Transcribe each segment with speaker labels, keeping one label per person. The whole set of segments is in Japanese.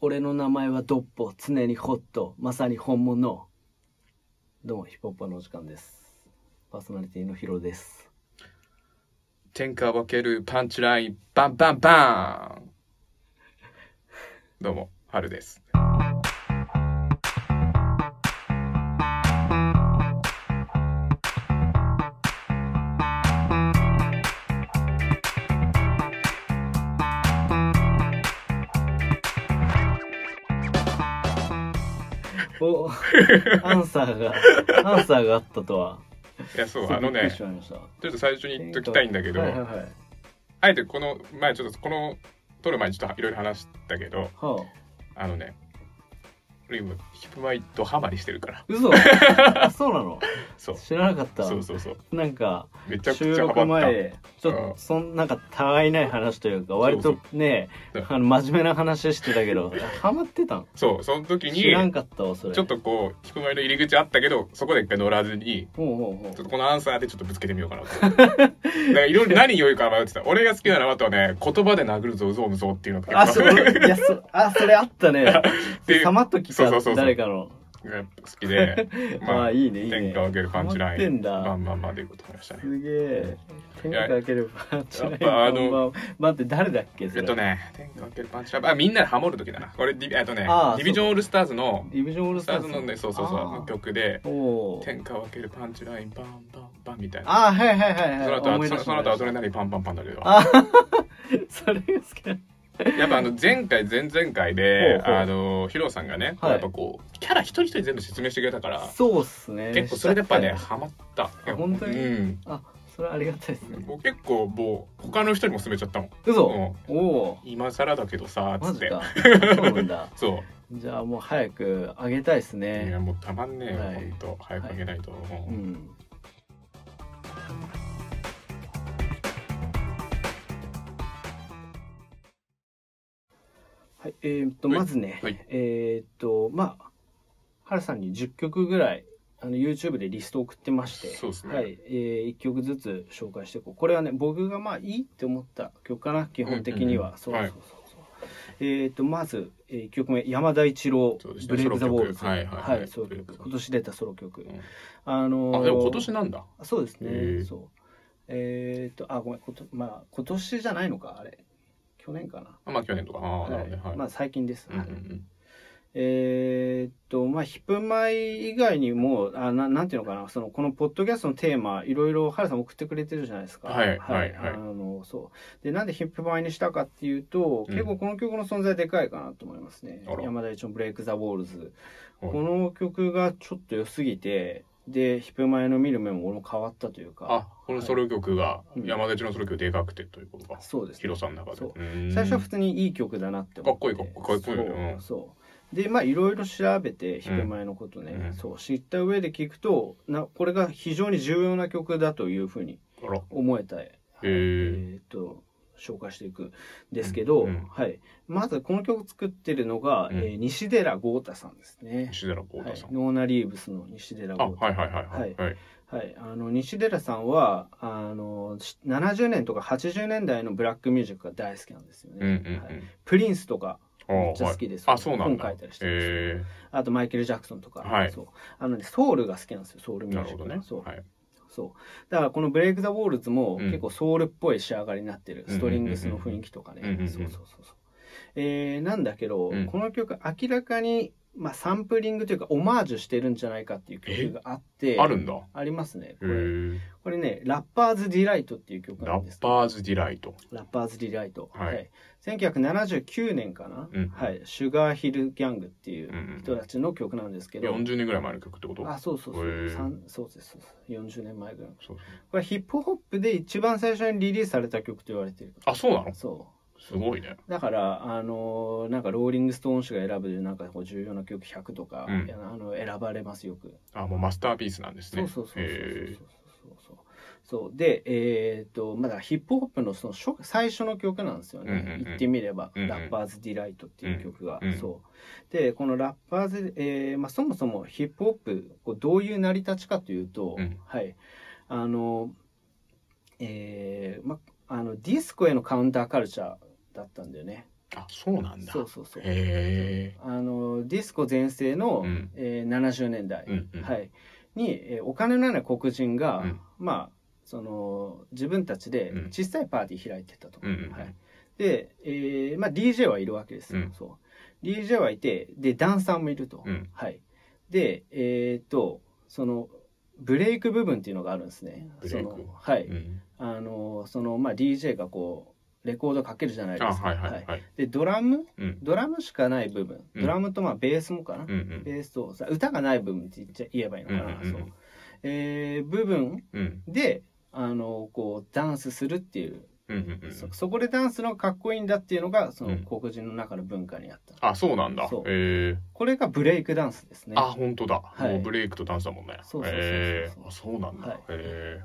Speaker 1: 俺の名前はドッポ、常にホット、まさに本物。どうも、ヒップホッパーのお時間です。パーソナリティのヒロです。
Speaker 2: 天下分けるパンチライン、バンバンバーンどうも、はるです。
Speaker 1: おアンサ ーが、アンサーがあったとは。
Speaker 2: いや、そう、あの
Speaker 1: びっくり
Speaker 2: ね、
Speaker 1: し
Speaker 2: ち
Speaker 1: まいました。
Speaker 2: ょっと最初に言っときたいんだけど、
Speaker 1: はいはいはい。
Speaker 2: あえてこの前、ちょっとこの、撮る前にちょっといろいろ話したけど、
Speaker 1: はあ、
Speaker 2: あのね、俺今、ヒップマイドハマりしてるから。
Speaker 1: 嘘あそうなの
Speaker 2: そう。
Speaker 1: 知らなかった。
Speaker 2: そうそうそう。
Speaker 1: なんか、
Speaker 2: めちゃく
Speaker 1: 収
Speaker 2: ちゃハ
Speaker 1: 録
Speaker 2: マった。
Speaker 1: 前、ちょっと、そんなんか、たわいない話というか、割
Speaker 2: そ
Speaker 1: と
Speaker 2: う
Speaker 1: ね、
Speaker 2: そう
Speaker 1: あの真面目な話してたけど、ハマってたん
Speaker 2: そう、その時に
Speaker 1: 知、らんかったわ、それ。
Speaker 2: ちょっとこう、ヒップマイの入り口あったけど、そこで一回乗らずに、
Speaker 1: ほうほうほ
Speaker 2: ちょっ
Speaker 1: う。
Speaker 2: とこのアンサーでちょっとぶつけてみようかなと。だからいろいろ何良いか迷ってた。俺が好きなのはあとはね、言葉で殴るぞ、ゾウムゾウっていうのが
Speaker 1: あ、
Speaker 2: 結
Speaker 1: そ
Speaker 2: 構
Speaker 1: れ、いや、そ、あ、それあったね。
Speaker 2: ていう
Speaker 1: さまっときた
Speaker 2: そうそうそうそう
Speaker 1: 誰かの。
Speaker 2: が好きで、
Speaker 1: ま
Speaker 2: ま
Speaker 1: あ、
Speaker 2: あ、
Speaker 1: いいね、いいね。
Speaker 2: 天下分けるパンチラ
Speaker 1: ハマって
Speaker 2: イ
Speaker 1: ん
Speaker 2: ン。まあ
Speaker 1: だ。
Speaker 2: まあまあでいうことましたね。
Speaker 1: すげえ。天下開けるパンチライン。
Speaker 2: やっぱあの
Speaker 1: こんばんは待って、誰だっけそ
Speaker 2: え
Speaker 1: れ
Speaker 2: っとね、天下分けるパンチライン。あ、みんなでハモる時だな。これ、ディビえっとね
Speaker 1: あー、
Speaker 2: ディビジョンオールスターズの、
Speaker 1: ディビジョンオール
Speaker 2: ス
Speaker 1: ス
Speaker 2: タ
Speaker 1: タ
Speaker 2: ー
Speaker 1: ー
Speaker 2: ズ
Speaker 1: ズ
Speaker 2: のね、そうそうそう、の曲で、
Speaker 1: あーおー
Speaker 2: 天下分けるパンチライン、バンバンバンみたいな。
Speaker 1: あー、はいはいはい
Speaker 2: そ
Speaker 1: はい。
Speaker 2: の後は、
Speaker 1: 思い
Speaker 2: そ
Speaker 1: 出
Speaker 2: の
Speaker 1: し
Speaker 2: その後はそれなりにパンパンパンだけど。
Speaker 1: あそれが好きな
Speaker 2: やっぱあの前回前々回
Speaker 1: ほ
Speaker 2: で
Speaker 1: うほう
Speaker 2: あのヒロさんがね、
Speaker 1: はい
Speaker 2: やっぱこうキャラ一人一人全部説明してくれたから
Speaker 1: そうっすね
Speaker 2: 結構それでやっぱね
Speaker 1: した
Speaker 2: ハマった
Speaker 1: あ本当に
Speaker 2: うん
Speaker 1: あそれはありがたいですね
Speaker 2: もう結構もう他の人にも勧めちゃったもん
Speaker 1: 嘘、
Speaker 2: う
Speaker 1: おお
Speaker 2: 今更だけどさ
Speaker 1: マ
Speaker 2: つっ
Speaker 1: ジ
Speaker 2: て
Speaker 1: かそうなんだ
Speaker 2: そ
Speaker 1: じゃあもう早くあげたいです
Speaker 2: うい
Speaker 1: ね
Speaker 2: やもうたまんねえよ
Speaker 1: はい
Speaker 2: ほんと早くあげないとも
Speaker 1: う
Speaker 2: うん
Speaker 1: はいえー、っと
Speaker 2: はい
Speaker 1: まずね、
Speaker 2: はい
Speaker 1: えー、っとまあ原さんに10曲ぐらいあの YouTube でリスト送ってまして
Speaker 2: そうですね
Speaker 1: はいえー、1曲ずつ紹介していこうこれはね僕がまあいいって思った曲かな基本的には、
Speaker 2: うんうん
Speaker 1: そう
Speaker 2: は
Speaker 1: そう
Speaker 2: い
Speaker 1: そうそう、えー、っとまず、えー、1曲目山田一郎
Speaker 2: そうで
Speaker 1: 「
Speaker 2: すね
Speaker 1: ブレイク・ザ・
Speaker 2: ソ
Speaker 1: ボ
Speaker 2: ロ
Speaker 1: ー
Speaker 2: 曲
Speaker 1: ルズ」
Speaker 2: はいはいはい
Speaker 1: ソロ
Speaker 2: ブレイク
Speaker 1: 曲
Speaker 2: ザ
Speaker 1: 今年出たソロ曲、
Speaker 2: うん
Speaker 1: あのー
Speaker 2: あでも今年なんだ
Speaker 1: そうです
Speaker 2: へ
Speaker 1: ね
Speaker 2: ー
Speaker 1: そうえー、っとあごめんことまあ今年じゃないのかあれ去年かな
Speaker 2: あまあ去年とかああなるほどねはい
Speaker 1: まあ最近です、
Speaker 2: うんう
Speaker 1: はい
Speaker 2: ん
Speaker 1: えーっとまあヒップマイ以外にもあななんていうのかなそのこのポッドキャストのテーマいろいろ原さん送ってくれてるじゃないですか
Speaker 2: はいはいはい
Speaker 1: あのそうでなんでヒップマイにしたかっていうと、
Speaker 2: うん
Speaker 1: 結構この曲の存在でかいかなと思いますね
Speaker 2: あら
Speaker 1: 山田一の「ブレイク・ザ・ウォールズ」
Speaker 2: はい
Speaker 1: この曲がちょっと良すぎてでヒップマイの見る目も俺も変わったというか
Speaker 2: あこのソロ曲が
Speaker 1: うん
Speaker 2: 山口のソロ曲でかくてということか
Speaker 1: そうですね
Speaker 2: ヒロさんの中
Speaker 1: そう
Speaker 2: で
Speaker 1: 最初は普
Speaker 2: 通
Speaker 1: 通にいい曲だなって思って
Speaker 2: かっこいいかっこいいよねうん
Speaker 1: そうそうでまあいろいろ調べてヒップマイのことね、
Speaker 2: うん
Speaker 1: そう知った上で聞くとなこれが非常に重要な曲だというふうに
Speaker 2: あら
Speaker 1: 思えたえ
Speaker 2: へー
Speaker 1: ーっと紹介していくんですけど、
Speaker 2: うんうん
Speaker 1: はい、まずこの曲作ってるのが、
Speaker 2: うん
Speaker 1: えー西寺豪太さんですね、
Speaker 2: 西寺豪太さん
Speaker 1: はい、ノーナリーブスの西寺
Speaker 2: あ、
Speaker 1: 豪太
Speaker 2: はいはいはいはい。はい。
Speaker 1: はい、あの西寺さんはあのし70年とか80年代のブラックミュージックが大好きなんですよね。
Speaker 2: うんうん
Speaker 1: はい、プリンスとか
Speaker 2: うん。
Speaker 1: めっちゃ好きですよ、
Speaker 2: あ、そうなんだ。
Speaker 1: 本書いたりしてますよ
Speaker 2: え
Speaker 1: あとマイケル・ジャクソンとか、
Speaker 2: はい
Speaker 1: そうあのねソウルが好きなんですよソウル
Speaker 2: え、
Speaker 1: ミュ
Speaker 2: な
Speaker 1: ー
Speaker 2: る
Speaker 1: ジ
Speaker 2: ほ
Speaker 1: ック
Speaker 2: ど
Speaker 1: が
Speaker 2: ね。
Speaker 1: そう
Speaker 2: はい。
Speaker 1: そうだからこの「ブレイク・ザ・ウォールズ」も
Speaker 2: うん
Speaker 1: 結構ソウルっぽい仕上がりになってる、
Speaker 2: うん
Speaker 1: ストリングスの雰囲気とかね、
Speaker 2: うんうんうん
Speaker 1: そうそうそうそう、えーなんだけど、
Speaker 2: うん
Speaker 1: この曲明らかに、まあ、サンプリングというかオマージュしてるんじゃないかっていう曲があって
Speaker 2: あるんだ。へ
Speaker 1: ありますねこれ
Speaker 2: え。
Speaker 1: これね、ラッパーズ・ディライトっていう曲な
Speaker 2: ラ
Speaker 1: んです
Speaker 2: ッ
Speaker 1: けど
Speaker 2: パーズディライト。
Speaker 1: ラッパーズ・ディライト。
Speaker 2: はい
Speaker 1: 1979年かな、
Speaker 2: うん
Speaker 1: はい。シュガーヒル・ギャングっていう
Speaker 2: うんうん
Speaker 1: 人たちの曲なんですけど。
Speaker 2: 40年ぐらい前の曲ってこと
Speaker 1: あ、そうそうそ
Speaker 2: へ
Speaker 1: う。
Speaker 2: ー
Speaker 1: 三そうですそうです。40年前ぐらい。
Speaker 2: そうそう
Speaker 1: これヒップホップで一番最初にリリースされた曲と言われてる。
Speaker 2: あ、そうなの
Speaker 1: そ
Speaker 2: すごいね。
Speaker 1: う。だから、あのーなんか、ローリング・ストーン誌が選ぶ、なんかこう、重要な曲100とか、
Speaker 2: うん
Speaker 1: あの選ばれますよく。
Speaker 2: あ、もうマスターピースなんです
Speaker 1: そ
Speaker 2: ね。
Speaker 1: うそうそうそう
Speaker 2: へ
Speaker 1: そうそうそうそうでえっとまだヒップホップのその初最初の曲なんですよね、
Speaker 2: うんうんうん
Speaker 1: 言ってみれば「
Speaker 2: うんうん
Speaker 1: ラッパーズ・ディライト」っていう曲が、
Speaker 2: うんうん
Speaker 1: そうでこのラッパーズ、えーまあ、そもそもヒップホップこうどういう成り立ちかというと、
Speaker 2: うん
Speaker 1: はいあのえーまあのディスコへのカウンターカルチャーだったんだよね
Speaker 2: あ、そうなんだ。
Speaker 1: そうそうそう。
Speaker 2: へえ。
Speaker 1: あのディスコ全盛の、
Speaker 2: うん
Speaker 1: えー70年代、
Speaker 2: うんうん。
Speaker 1: はい、に、えーお金のない黒人が、
Speaker 2: うん
Speaker 1: まあその自分たちで
Speaker 2: うん
Speaker 1: 小さいパーティー開いてたと、
Speaker 2: うんうんうん
Speaker 1: はい、で、えーまあ、DJ はいるわけですよ、
Speaker 2: うん
Speaker 1: そう DJ はいてでダンサーもいると、
Speaker 2: うん
Speaker 1: はい、でえーっとそのブレイク部分っていうのがあるんですね
Speaker 2: ブレイク
Speaker 1: そのはい、
Speaker 2: うん。
Speaker 1: あのそのまあ DJ がこうレコードかけるじゃないで
Speaker 2: あ、
Speaker 1: すか、
Speaker 2: はいはいはい。
Speaker 1: でドラム
Speaker 2: うん。
Speaker 1: ドラムしかない部分
Speaker 2: うん
Speaker 1: ドラムとまあベースもかな、
Speaker 2: うんうん。
Speaker 1: ベースとさ歌がない部分って言っちゃ言えばいいのかな、
Speaker 2: うんうんうん
Speaker 1: そうえー部分
Speaker 2: うん。
Speaker 1: であのこうダンスするっていう、
Speaker 2: うんうんうん。
Speaker 1: そそこでダンスのかっこいいんだっていうのがそうの
Speaker 2: ん
Speaker 1: 黒人の中の文化にあった、
Speaker 2: あ、そうなんだ
Speaker 1: そう。
Speaker 2: へえ。
Speaker 1: これがブレイクダンスですね
Speaker 2: あ、本当だ。
Speaker 1: はい
Speaker 2: もうブレイクとダンスだもんね。
Speaker 1: そうそうそうそう
Speaker 2: へえ。あ、そうなんだ。
Speaker 1: はい
Speaker 2: へえ。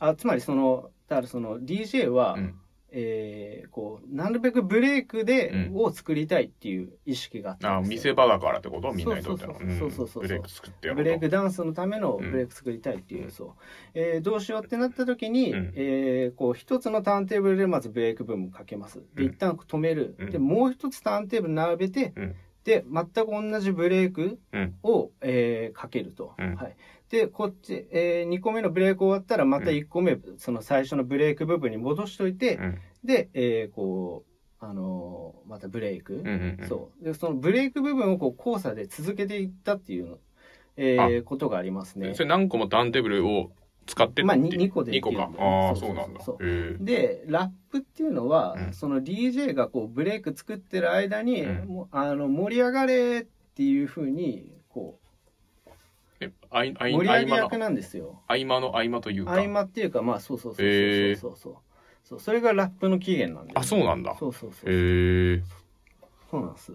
Speaker 1: あつまりそのだからその DJ は、
Speaker 2: うん。
Speaker 1: えーこうなるべくブレイクで、
Speaker 2: うん
Speaker 1: を作りたいっていう意識があった
Speaker 2: あ、
Speaker 1: んです
Speaker 2: 見せ
Speaker 1: よ
Speaker 2: 場だからってことみんなにとっては。
Speaker 1: そうそうそうそうん
Speaker 2: ブレイク作ってやろ
Speaker 1: ブ
Speaker 2: うと
Speaker 1: レイクダンスのためのブレイク作りたいっていう、
Speaker 2: うん
Speaker 1: そう、えーどうしようってなった時に、
Speaker 2: うん
Speaker 1: えーこう一つのターンテーブルでまずブレイクブームかけますで
Speaker 2: うん
Speaker 1: 一旦止める、
Speaker 2: うん
Speaker 1: でもう一つターンテーブル並べて、
Speaker 2: うん
Speaker 1: で全く同じブレイク
Speaker 2: うん
Speaker 1: を、えーかけると、
Speaker 2: うん
Speaker 1: はい、でこっち、え2個目のブレイク終わったらまた1個目、その最初のブレイク部分に戻しといて、
Speaker 2: うん
Speaker 1: で、えーこうあのーまたブレイク、
Speaker 2: うんうんうん。
Speaker 1: そうでそのブレイク部分をこう交差で続けていったっていうの、えーことがありますね
Speaker 2: そ。れ何個もターンテーブルを使ってって
Speaker 1: まあに二個で
Speaker 2: 二
Speaker 1: でき
Speaker 2: 個
Speaker 1: る
Speaker 2: か
Speaker 1: んで
Speaker 2: ああ
Speaker 1: そ
Speaker 2: そ
Speaker 1: そうう
Speaker 2: うう
Speaker 1: そう
Speaker 2: なんだへ
Speaker 1: そう
Speaker 2: え
Speaker 1: でラップっていうのは、
Speaker 2: うん
Speaker 1: その DJ がこうブレイク作ってる間に、
Speaker 2: うん
Speaker 1: もうあの盛り上がれっていうふうにこ
Speaker 2: えあいあ
Speaker 1: う
Speaker 2: い
Speaker 1: 盛り上げ
Speaker 2: 合
Speaker 1: 役
Speaker 2: 間の
Speaker 1: なんですよ。
Speaker 2: 合間の合間というか
Speaker 1: 合間っていうかまあそうそうそう
Speaker 2: へ
Speaker 1: そう
Speaker 2: ー
Speaker 1: そうそうそうそれがラップの起源なんです、
Speaker 2: あそうなんだ
Speaker 1: そうそうそうそう
Speaker 2: へえ
Speaker 1: そうなんです。っ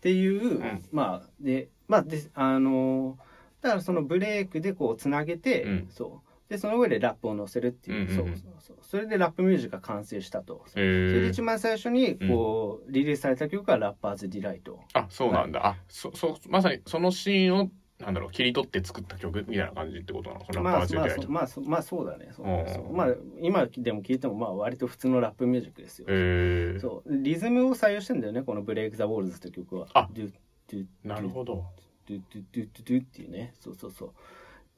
Speaker 1: ていう、
Speaker 2: うん
Speaker 1: まあでまあであのーだからそのブレイクでこうつなげて、
Speaker 2: うん
Speaker 1: そうでその上でラップを乗せるっていう,、
Speaker 2: うんうんうん
Speaker 1: そうそうそうそれでラップミュージックが完成したと。そ
Speaker 2: へ
Speaker 1: れで
Speaker 2: え
Speaker 1: 一番最初にこう、リリースされた曲が「ラッパーズ・ディライト
Speaker 2: あそうなんだあそそまさにそのシーンをなんだろう切り取って作った曲みたいな感じってことなの」その
Speaker 1: ま
Speaker 2: ラ
Speaker 1: あ
Speaker 2: ッパ
Speaker 1: まあ
Speaker 2: ー
Speaker 1: そ
Speaker 2: ジュ
Speaker 1: まあそまあそうだねそう
Speaker 2: うん
Speaker 1: そうまあ今でも聴いてもまあ割と普通のラップミュージックですよ、
Speaker 2: へえ
Speaker 1: そうリズムを採用してんだよねこの「ブレイク・ザ・ウォールズ」って曲は
Speaker 2: あ
Speaker 1: ドゥドゥ
Speaker 2: なるほど
Speaker 1: ドゥドゥドゥドゥドゥっていうねそうそうそう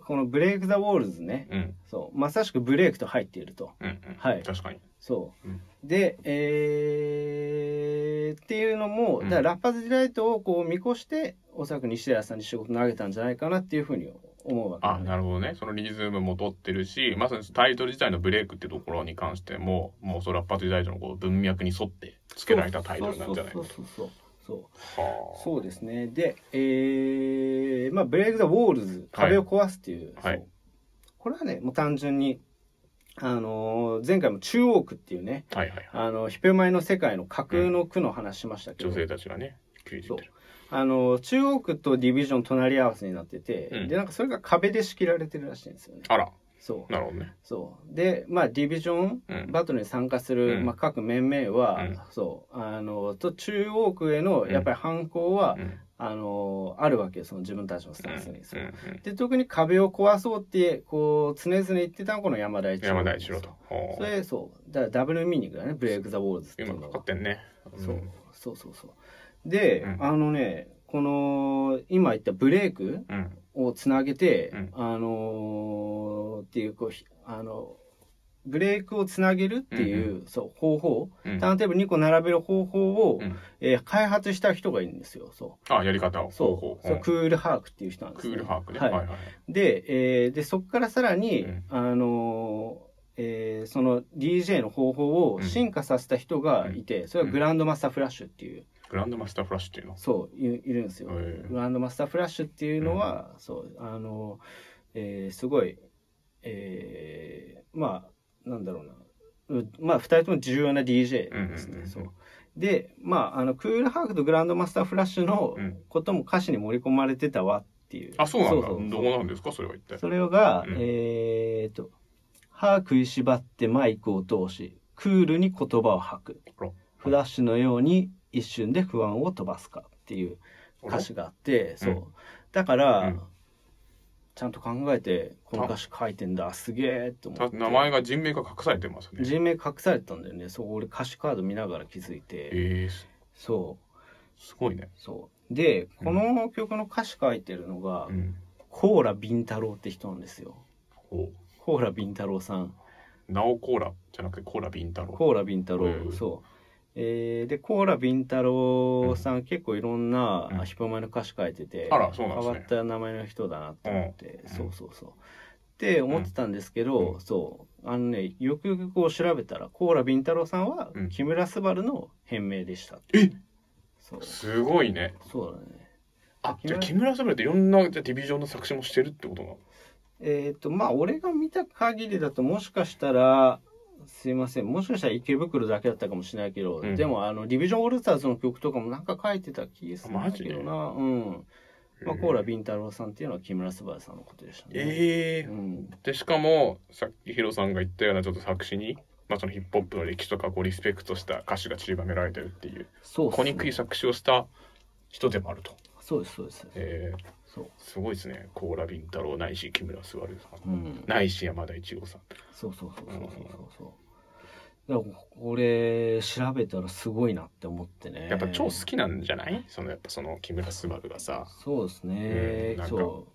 Speaker 1: この「ブレイク・ザ・ウォールズね」
Speaker 2: うん
Speaker 1: そうまさしくブレイクと入っていると
Speaker 2: うんうん
Speaker 1: はい
Speaker 2: 確かに
Speaker 1: そう、
Speaker 2: うん
Speaker 1: でえー、っていうのも、
Speaker 2: う
Speaker 1: だ
Speaker 2: ん
Speaker 1: からラッパーズ・ディライトをこう見越しておそらく西田さんに仕事投げたんじゃないかなっていうふうに思うわけ
Speaker 2: あなるほどねそのリズムも取ってるしまさにタイトル自体のブレイクってところに関してももうそのラッパージュライトのこう文脈に沿って付けられたタイトルなんじゃない
Speaker 1: そう
Speaker 2: か
Speaker 1: そうそうそう
Speaker 2: はあ
Speaker 1: そうですねでえー、まあ「ブレイク・ザ・ウォールズ壁を壊す」っていう、
Speaker 2: はい
Speaker 1: そうこれはねもう単純にあのー前回も中央区っていうね
Speaker 2: はいはいはい
Speaker 1: あのヒペマイの世界の架空の区の話しましたけど、
Speaker 2: 女性たちがね食いついてる
Speaker 1: あの中央区とディビジョン隣り合わせになってて、
Speaker 2: うん
Speaker 1: でなんかそれが壁で仕切られてるらしいんですよね。
Speaker 2: あら
Speaker 1: そう
Speaker 2: なるほどね
Speaker 1: そうでまあディビジョン
Speaker 2: うん
Speaker 1: バトルに参加する、
Speaker 2: うん
Speaker 1: まあ、各面々は、
Speaker 2: うん
Speaker 1: そうあのと中央区へのやっぱり反抗は、
Speaker 2: うん
Speaker 1: あのあるわけよその自分たちのスタンスに。
Speaker 2: うん
Speaker 1: そううん
Speaker 2: うん
Speaker 1: で特に壁を壊そうってこう常々言ってたのがこの山田一郎
Speaker 2: 山田一郎とほ
Speaker 1: そうれでそうだからダブルミーニングだねブレイク・ザ・ウォールズっていう
Speaker 2: 今
Speaker 1: の
Speaker 2: か
Speaker 1: が
Speaker 2: かってんねうん
Speaker 1: そうそうそうそうで、
Speaker 2: うん
Speaker 1: あのねこの今言ったブレイク
Speaker 2: うん
Speaker 1: をつなげて、
Speaker 2: うん
Speaker 1: あのーっていうこうひあのブレイクをつなげるっていう,、そう方法
Speaker 2: うん
Speaker 1: ターンテーブル2個並べる方法を、
Speaker 2: うん
Speaker 1: えー開発した人がいるんですよそ
Speaker 2: あやり方を
Speaker 1: うそう
Speaker 2: ほう
Speaker 1: そう
Speaker 2: ほう
Speaker 1: クールハークっていう人なんです
Speaker 2: ク
Speaker 1: ね
Speaker 2: ールハークねは
Speaker 1: はいい
Speaker 2: はいはい
Speaker 1: で,、えーでそこからさらに、
Speaker 2: うん
Speaker 1: あのーえーその DJ の方法を進化させた人がいて、それはグランドマスターフラッシュっていう
Speaker 2: グランドマスターフラッシュっていうの
Speaker 1: そういいるんですよ、
Speaker 2: へえ
Speaker 1: グランドマスターフラッシュっていうのは、そうあの、えーすごい、えーまあなんだろうなうまあ2人とも重要な DJ です
Speaker 2: うんうんうん
Speaker 1: ね、
Speaker 2: うん
Speaker 1: そうでまああのクールハークとグランドマスターフラッシュの
Speaker 2: うん
Speaker 1: ことも歌詞に盛り込まれてたわっていう、
Speaker 2: あそうなんだ
Speaker 1: そうそう
Speaker 2: どこなんですかそれは一体
Speaker 1: それが、
Speaker 2: うん
Speaker 1: えー、と歯食いしばってマイクを通しクールに言葉を吐く
Speaker 2: あら
Speaker 1: フラッシュのように一瞬で不安を飛ばすかっていう歌詞があって、そう
Speaker 2: うん
Speaker 1: だから、
Speaker 2: うん
Speaker 1: ちゃんと考えてこの歌詞書いてんだすげえと思
Speaker 2: た
Speaker 1: って
Speaker 2: 名前が人名が隠されてますね。
Speaker 1: 人名隠されてたんだよねそう俺歌詞カード見ながら気づいて
Speaker 2: えー、す
Speaker 1: そう
Speaker 2: すごいね。
Speaker 1: そうで
Speaker 2: うん
Speaker 1: この曲の歌詞書いてるのが、
Speaker 2: うん。
Speaker 1: コーラビンタロウって人なんですよ
Speaker 2: こ
Speaker 1: コーラビンタロウさん
Speaker 2: うナオコーラじゃなくてコーラビンタロウ。
Speaker 1: コーラビンタロウ、
Speaker 2: うん
Speaker 1: そうえーでコーラビンタロウさん、結構いろんな、
Speaker 2: うん
Speaker 1: ヒップマイの歌詞書いてて、
Speaker 2: あらそうなんです
Speaker 1: 変
Speaker 2: ね
Speaker 1: わった名前の人だなと思って、
Speaker 2: うん
Speaker 1: そうそうそうって思ってたんですけど、
Speaker 2: うん
Speaker 1: そうあのねよくよくこう調べたらコーラビンタロウさんは
Speaker 2: うん
Speaker 1: 木村昴の変名でした、
Speaker 2: え
Speaker 1: そう
Speaker 2: すごいね。
Speaker 1: そうだね
Speaker 2: あ、
Speaker 1: 木
Speaker 2: じゃ
Speaker 1: 村
Speaker 2: あ木村昴っていろんなじゃあディビジョンの作詞もしてるってことなの
Speaker 1: えっ、とまあ俺が見た限りだともしかしたらすいませんもしかしたら池袋だけだったかもしれないけど、
Speaker 2: うん
Speaker 1: でもあのディビジョンオールスターズの曲とかもなんか書いてた気がするんだけど
Speaker 2: マジで
Speaker 1: な、うん、まあ、コーラビンタロウさんっていうのは木村昴さんのことでしたね。
Speaker 2: ええ
Speaker 1: うん、
Speaker 2: でしかもさっきヒロさんが言ったようなちょっと作詞に、まあ、そのヒップホップの歴史とかこうリスペクトした歌詞が散りばめられてるっていう
Speaker 1: そうっす
Speaker 2: 小憎い作詞をした人でもあると。
Speaker 1: そうですそうです、
Speaker 2: えー、
Speaker 1: そう、
Speaker 2: すごいですね。コーラビン太郎ないし木村昴さん、
Speaker 1: うん、
Speaker 2: ないし山田一郎さん。
Speaker 1: そうそうそうそうそうそうそうだからこれ調べたらすごいなって思ってね
Speaker 2: やっぱ超好きなんじゃない？そのやっぱその木村昴がさ、
Speaker 1: そうですね
Speaker 2: うん。なんか
Speaker 1: そ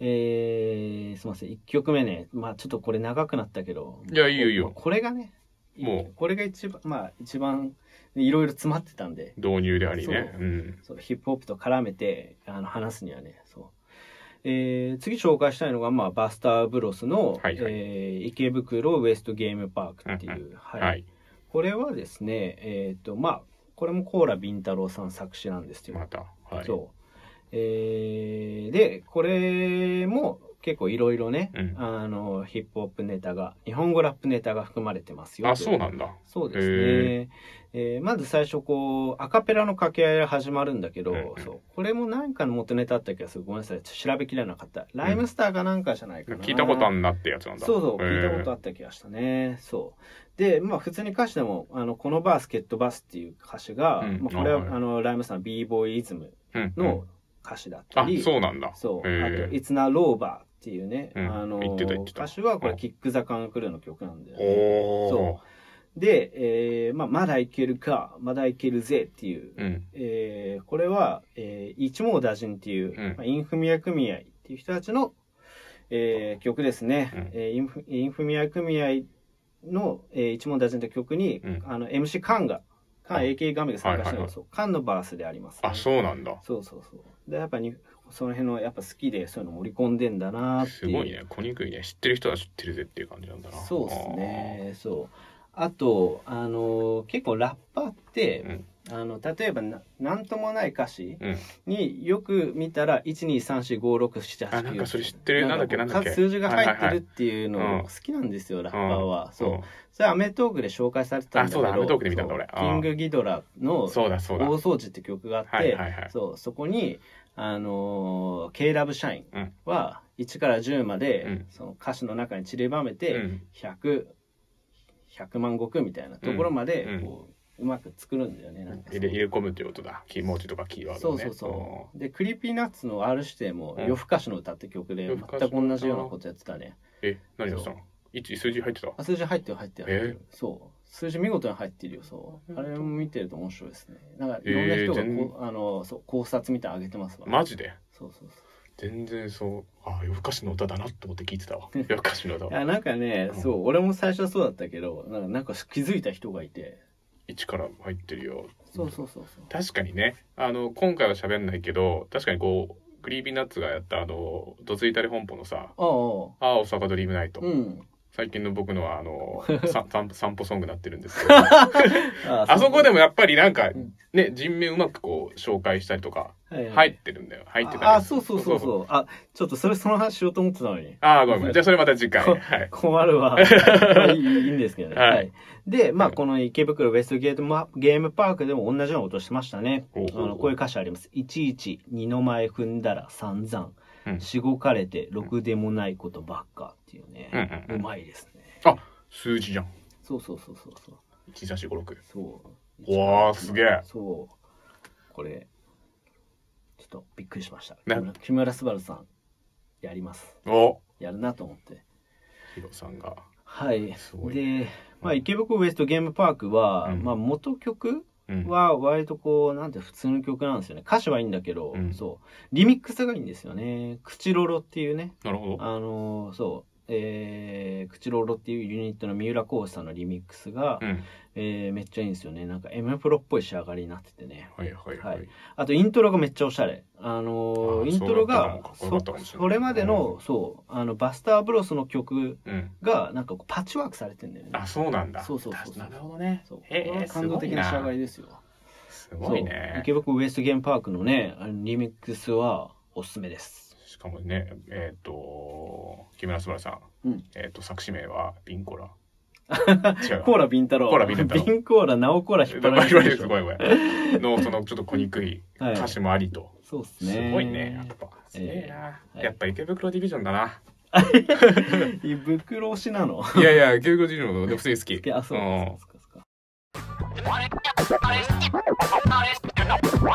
Speaker 1: う。えー、すみません。1曲目ね。まあちょっとこれ長くなったけど。
Speaker 2: いやいいよいいよ
Speaker 1: まあこれがね。
Speaker 2: もう
Speaker 1: これが一番、まあ一番いろいろ詰まってたんで、
Speaker 2: 導入でありね。
Speaker 1: そう
Speaker 2: ううん。
Speaker 1: そうヒップホップと絡めてあの話すにはね。そう。えー、次紹介したいのが、まあ、バスターブロスの、
Speaker 2: はいはい
Speaker 1: えー池袋ウエストゲームパークっていう、は
Speaker 2: はい。
Speaker 1: これはですねえっ、とまあこれもコーラビンタロウさん作詞なんですよ、
Speaker 2: またはい。
Speaker 1: そう。えーで、これも結構いろいろね、
Speaker 2: うん
Speaker 1: あの、ヒップホップネタが、日本語ラップネタが含まれてますよ。
Speaker 2: あそうなんだ。
Speaker 1: そうですね
Speaker 2: へ。
Speaker 1: えーまず最初、こう、アカペラの掛け合いが始まるんだけど、
Speaker 2: うんうん
Speaker 1: そう。これもなんかの元ネタあった気がする。ごめんなさい。調べきれなかった。ライムスターがなんかじゃないかな。
Speaker 2: 聞いたことあんなってやつなんだ。
Speaker 1: そうそう、
Speaker 2: へ
Speaker 1: 聞い
Speaker 2: ー
Speaker 1: たことあった気がしたね。そう。で、まあ普通に歌詞でも、あの、このバースケットバスっていう歌詞が、
Speaker 2: うん
Speaker 1: まあこれは、
Speaker 2: はい
Speaker 1: あの、ライムさん、b ボーイイズム
Speaker 2: うん
Speaker 1: の歌詞だっ
Speaker 2: う
Speaker 1: た
Speaker 2: ん
Speaker 1: り、
Speaker 2: あ、そうなんだ。
Speaker 1: そう
Speaker 2: へ
Speaker 1: あ
Speaker 2: ー
Speaker 1: と、It's not over っていうね、
Speaker 2: うん
Speaker 1: あの、
Speaker 2: 言ってた言ってた
Speaker 1: 歌詞はこ
Speaker 2: う
Speaker 1: れ、
Speaker 2: ん
Speaker 1: キックザカンクルーの曲なんだよね。
Speaker 2: おお。
Speaker 1: そで、えーまあ、まだいけるか、まだいけるぜっていう、
Speaker 2: うん。
Speaker 1: えーこれは、えー一網打尽っていう、
Speaker 2: うん
Speaker 1: まあ、インフミア組合っていう人たちの、えー曲ですね、
Speaker 2: うん
Speaker 1: えーインフインフミア組合の、えー一網打尽って曲に、
Speaker 2: うん
Speaker 1: あの MC カンが、カン
Speaker 2: あ
Speaker 1: AK ガミが参加した
Speaker 2: はい
Speaker 1: の
Speaker 2: はいは
Speaker 1: が
Speaker 2: い
Speaker 1: そうカンのバースでありますね、
Speaker 2: あ、そうなんだ。
Speaker 1: そうそうそうでやっぱにその辺のやっぱ好きでそういうの盛り込んでんだなって
Speaker 2: す
Speaker 1: いう
Speaker 2: ごいね。小憎いね。知ってる人は知ってるぜっていう感じなんだな。
Speaker 1: そうですねそうあとあの結構ラッパーって、あの例えばな何ともない歌詞
Speaker 2: うん
Speaker 1: によく見たら123456789
Speaker 2: あなんかそれ知ってるなんだっけなんだっけ
Speaker 1: 数字が入って
Speaker 2: はいはいは
Speaker 1: る
Speaker 2: い
Speaker 1: っていう
Speaker 2: う
Speaker 1: の
Speaker 2: ん
Speaker 1: 好きなんですよ、ラッ
Speaker 2: あ。
Speaker 1: パーは、
Speaker 2: ん
Speaker 1: そう。それアメトークで紹介されてたんだけど
Speaker 2: あそうだアメトークで見たんだ俺
Speaker 1: そうキングギドラの
Speaker 2: そうだそうだ。
Speaker 1: 大掃除って曲があって、
Speaker 2: はいはいはい。
Speaker 1: そうそこに、あのー、K ラブ社員は1から10まで、
Speaker 2: うん
Speaker 1: その歌詞の中に散りばめ
Speaker 2: う
Speaker 1: て、
Speaker 2: ん
Speaker 1: 100 100万石みたいなところまで
Speaker 2: うん
Speaker 1: こう,、うまく作るんだよねなんかそ
Speaker 2: 入
Speaker 1: う
Speaker 2: れ入れ込むっていうことだ。キー文字とかキーワード
Speaker 1: そ
Speaker 2: を
Speaker 1: う
Speaker 2: ね。
Speaker 1: そうそうでクリーピーナッツの R 指定も
Speaker 2: うん
Speaker 1: 夜更かしの歌って曲で
Speaker 2: 夜
Speaker 1: 全
Speaker 2: 更かし
Speaker 1: く同じようなことやってたね
Speaker 2: うん。え、何やってたの？一数字入ってた。
Speaker 1: あ数字入ってる入ってる入ってるそう数字見事に入ってるよそうあれも見てると面白いですねなんかいろんな人が
Speaker 2: えー全
Speaker 1: こうあのそう考察みたいなの上げてますわ
Speaker 2: マジで。
Speaker 1: そうそうそう
Speaker 2: 全然そう。あ、夜更かしの歌だなって思って聞いて たわ。夜更かしの歌
Speaker 1: いや
Speaker 2: は。
Speaker 1: なんかね、
Speaker 2: うん
Speaker 1: そう俺も最初はそうだったけどなんかなんか気づいた人がいて
Speaker 2: 一から入ってるよ。
Speaker 1: そうそうそうそう
Speaker 2: 確かにねあの今回は喋んないけど確かにこうクリーピーナッツがやったあの「どついたり本舗」のさ
Speaker 1: あ
Speaker 2: 「ああ大阪ドリームナイト」
Speaker 1: あうん
Speaker 2: 最近の僕のはあ のさ散歩散歩ソングになってるんですけどあ
Speaker 1: あ
Speaker 2: そこで
Speaker 1: も
Speaker 2: もやっぱりなんか
Speaker 1: ん
Speaker 2: ね人名うまくこう紹介したりとか
Speaker 1: はい、は
Speaker 2: 入
Speaker 1: い
Speaker 2: ってるんだよ入ってたり
Speaker 1: ああそうそうそうそううあちょっとそれその話しようと思ってたの に
Speaker 2: ああごめんごめんじゃあそれまた次回
Speaker 1: こ
Speaker 2: はい
Speaker 1: 困るわ。 まあいいいいんですけどね。
Speaker 2: はい
Speaker 1: で、まあ、この池袋ウェストゲートマゲームパークでも同じようなことしてましたね。
Speaker 2: ほうほうほう
Speaker 1: あのこういう歌詞あります。いちいち二の前踏んだら散々、
Speaker 2: うん
Speaker 1: しごかれてろくでもないことばっかっていうね。
Speaker 2: うんうんうん
Speaker 1: まいですね。
Speaker 2: 数字じゃん
Speaker 1: そうそうそうそうそう。
Speaker 2: 1356
Speaker 1: そう。
Speaker 2: わあすげえ
Speaker 1: そう。これ、ちょっとびっくりしました。
Speaker 2: な
Speaker 1: 木村昴さん、やります
Speaker 2: お
Speaker 1: やるなと思って
Speaker 2: ヒロさんが。
Speaker 1: はい
Speaker 2: すごい
Speaker 1: で、まあ、池袋ウエストゲームパークは、
Speaker 2: うん
Speaker 1: まあ、元曲
Speaker 2: うん。
Speaker 1: は割とこうなんて普通の曲なんですよね歌詞はいいんだけど、
Speaker 2: うん
Speaker 1: そうリミックスがいいんですよね「クチロロ」っていうね
Speaker 2: なるほど。
Speaker 1: あのーそうえー、クチロロっていうユニットの三浦浩さんのリミックスが、
Speaker 2: うん。
Speaker 1: えーめっちゃいいんですよねなんか M プロっぽい仕上がりになっててね
Speaker 2: はいはいは。
Speaker 1: はいあとイントロがめっちゃおしゃれあのー
Speaker 2: あー
Speaker 1: イントロが
Speaker 2: そうだったかもかっこよかったかもしれな
Speaker 1: そ
Speaker 2: い
Speaker 1: れまでの、そうあのバスターブロスの曲
Speaker 2: うん。
Speaker 1: がなんかこうパッチワークされてんだよね
Speaker 2: あ、そうなんだ。
Speaker 1: そうそうそうそう
Speaker 2: なるほどね。
Speaker 1: そうこ
Speaker 2: へえ
Speaker 1: れは感動的な仕上がりですよ
Speaker 2: すごい
Speaker 1: そう
Speaker 2: ね。
Speaker 1: 池袋ウエストゲームパークのねあのリミックスはおすすめです
Speaker 2: しかもね、えっ、と、木村昴さん。
Speaker 1: うん
Speaker 2: えっ、と、作詞名はビン コラ。違う。
Speaker 1: コーラビンタロウ
Speaker 2: コーラビンタロウ
Speaker 1: ビンコーラナオコーラ引っ張られてるでしょ
Speaker 2: ごめんごめんのそのちょっと小憎い
Speaker 1: はい
Speaker 2: 歌詞もありと、
Speaker 1: そうっす
Speaker 2: す
Speaker 1: ね
Speaker 2: ごいね やっぱすげえな、
Speaker 1: えーはい
Speaker 2: やっぱ池袋ディビジョンだな、
Speaker 1: 袋推しなの
Speaker 2: い、やいや池袋ディビジョンのでも普通に 好き
Speaker 1: あそううんそうかそうか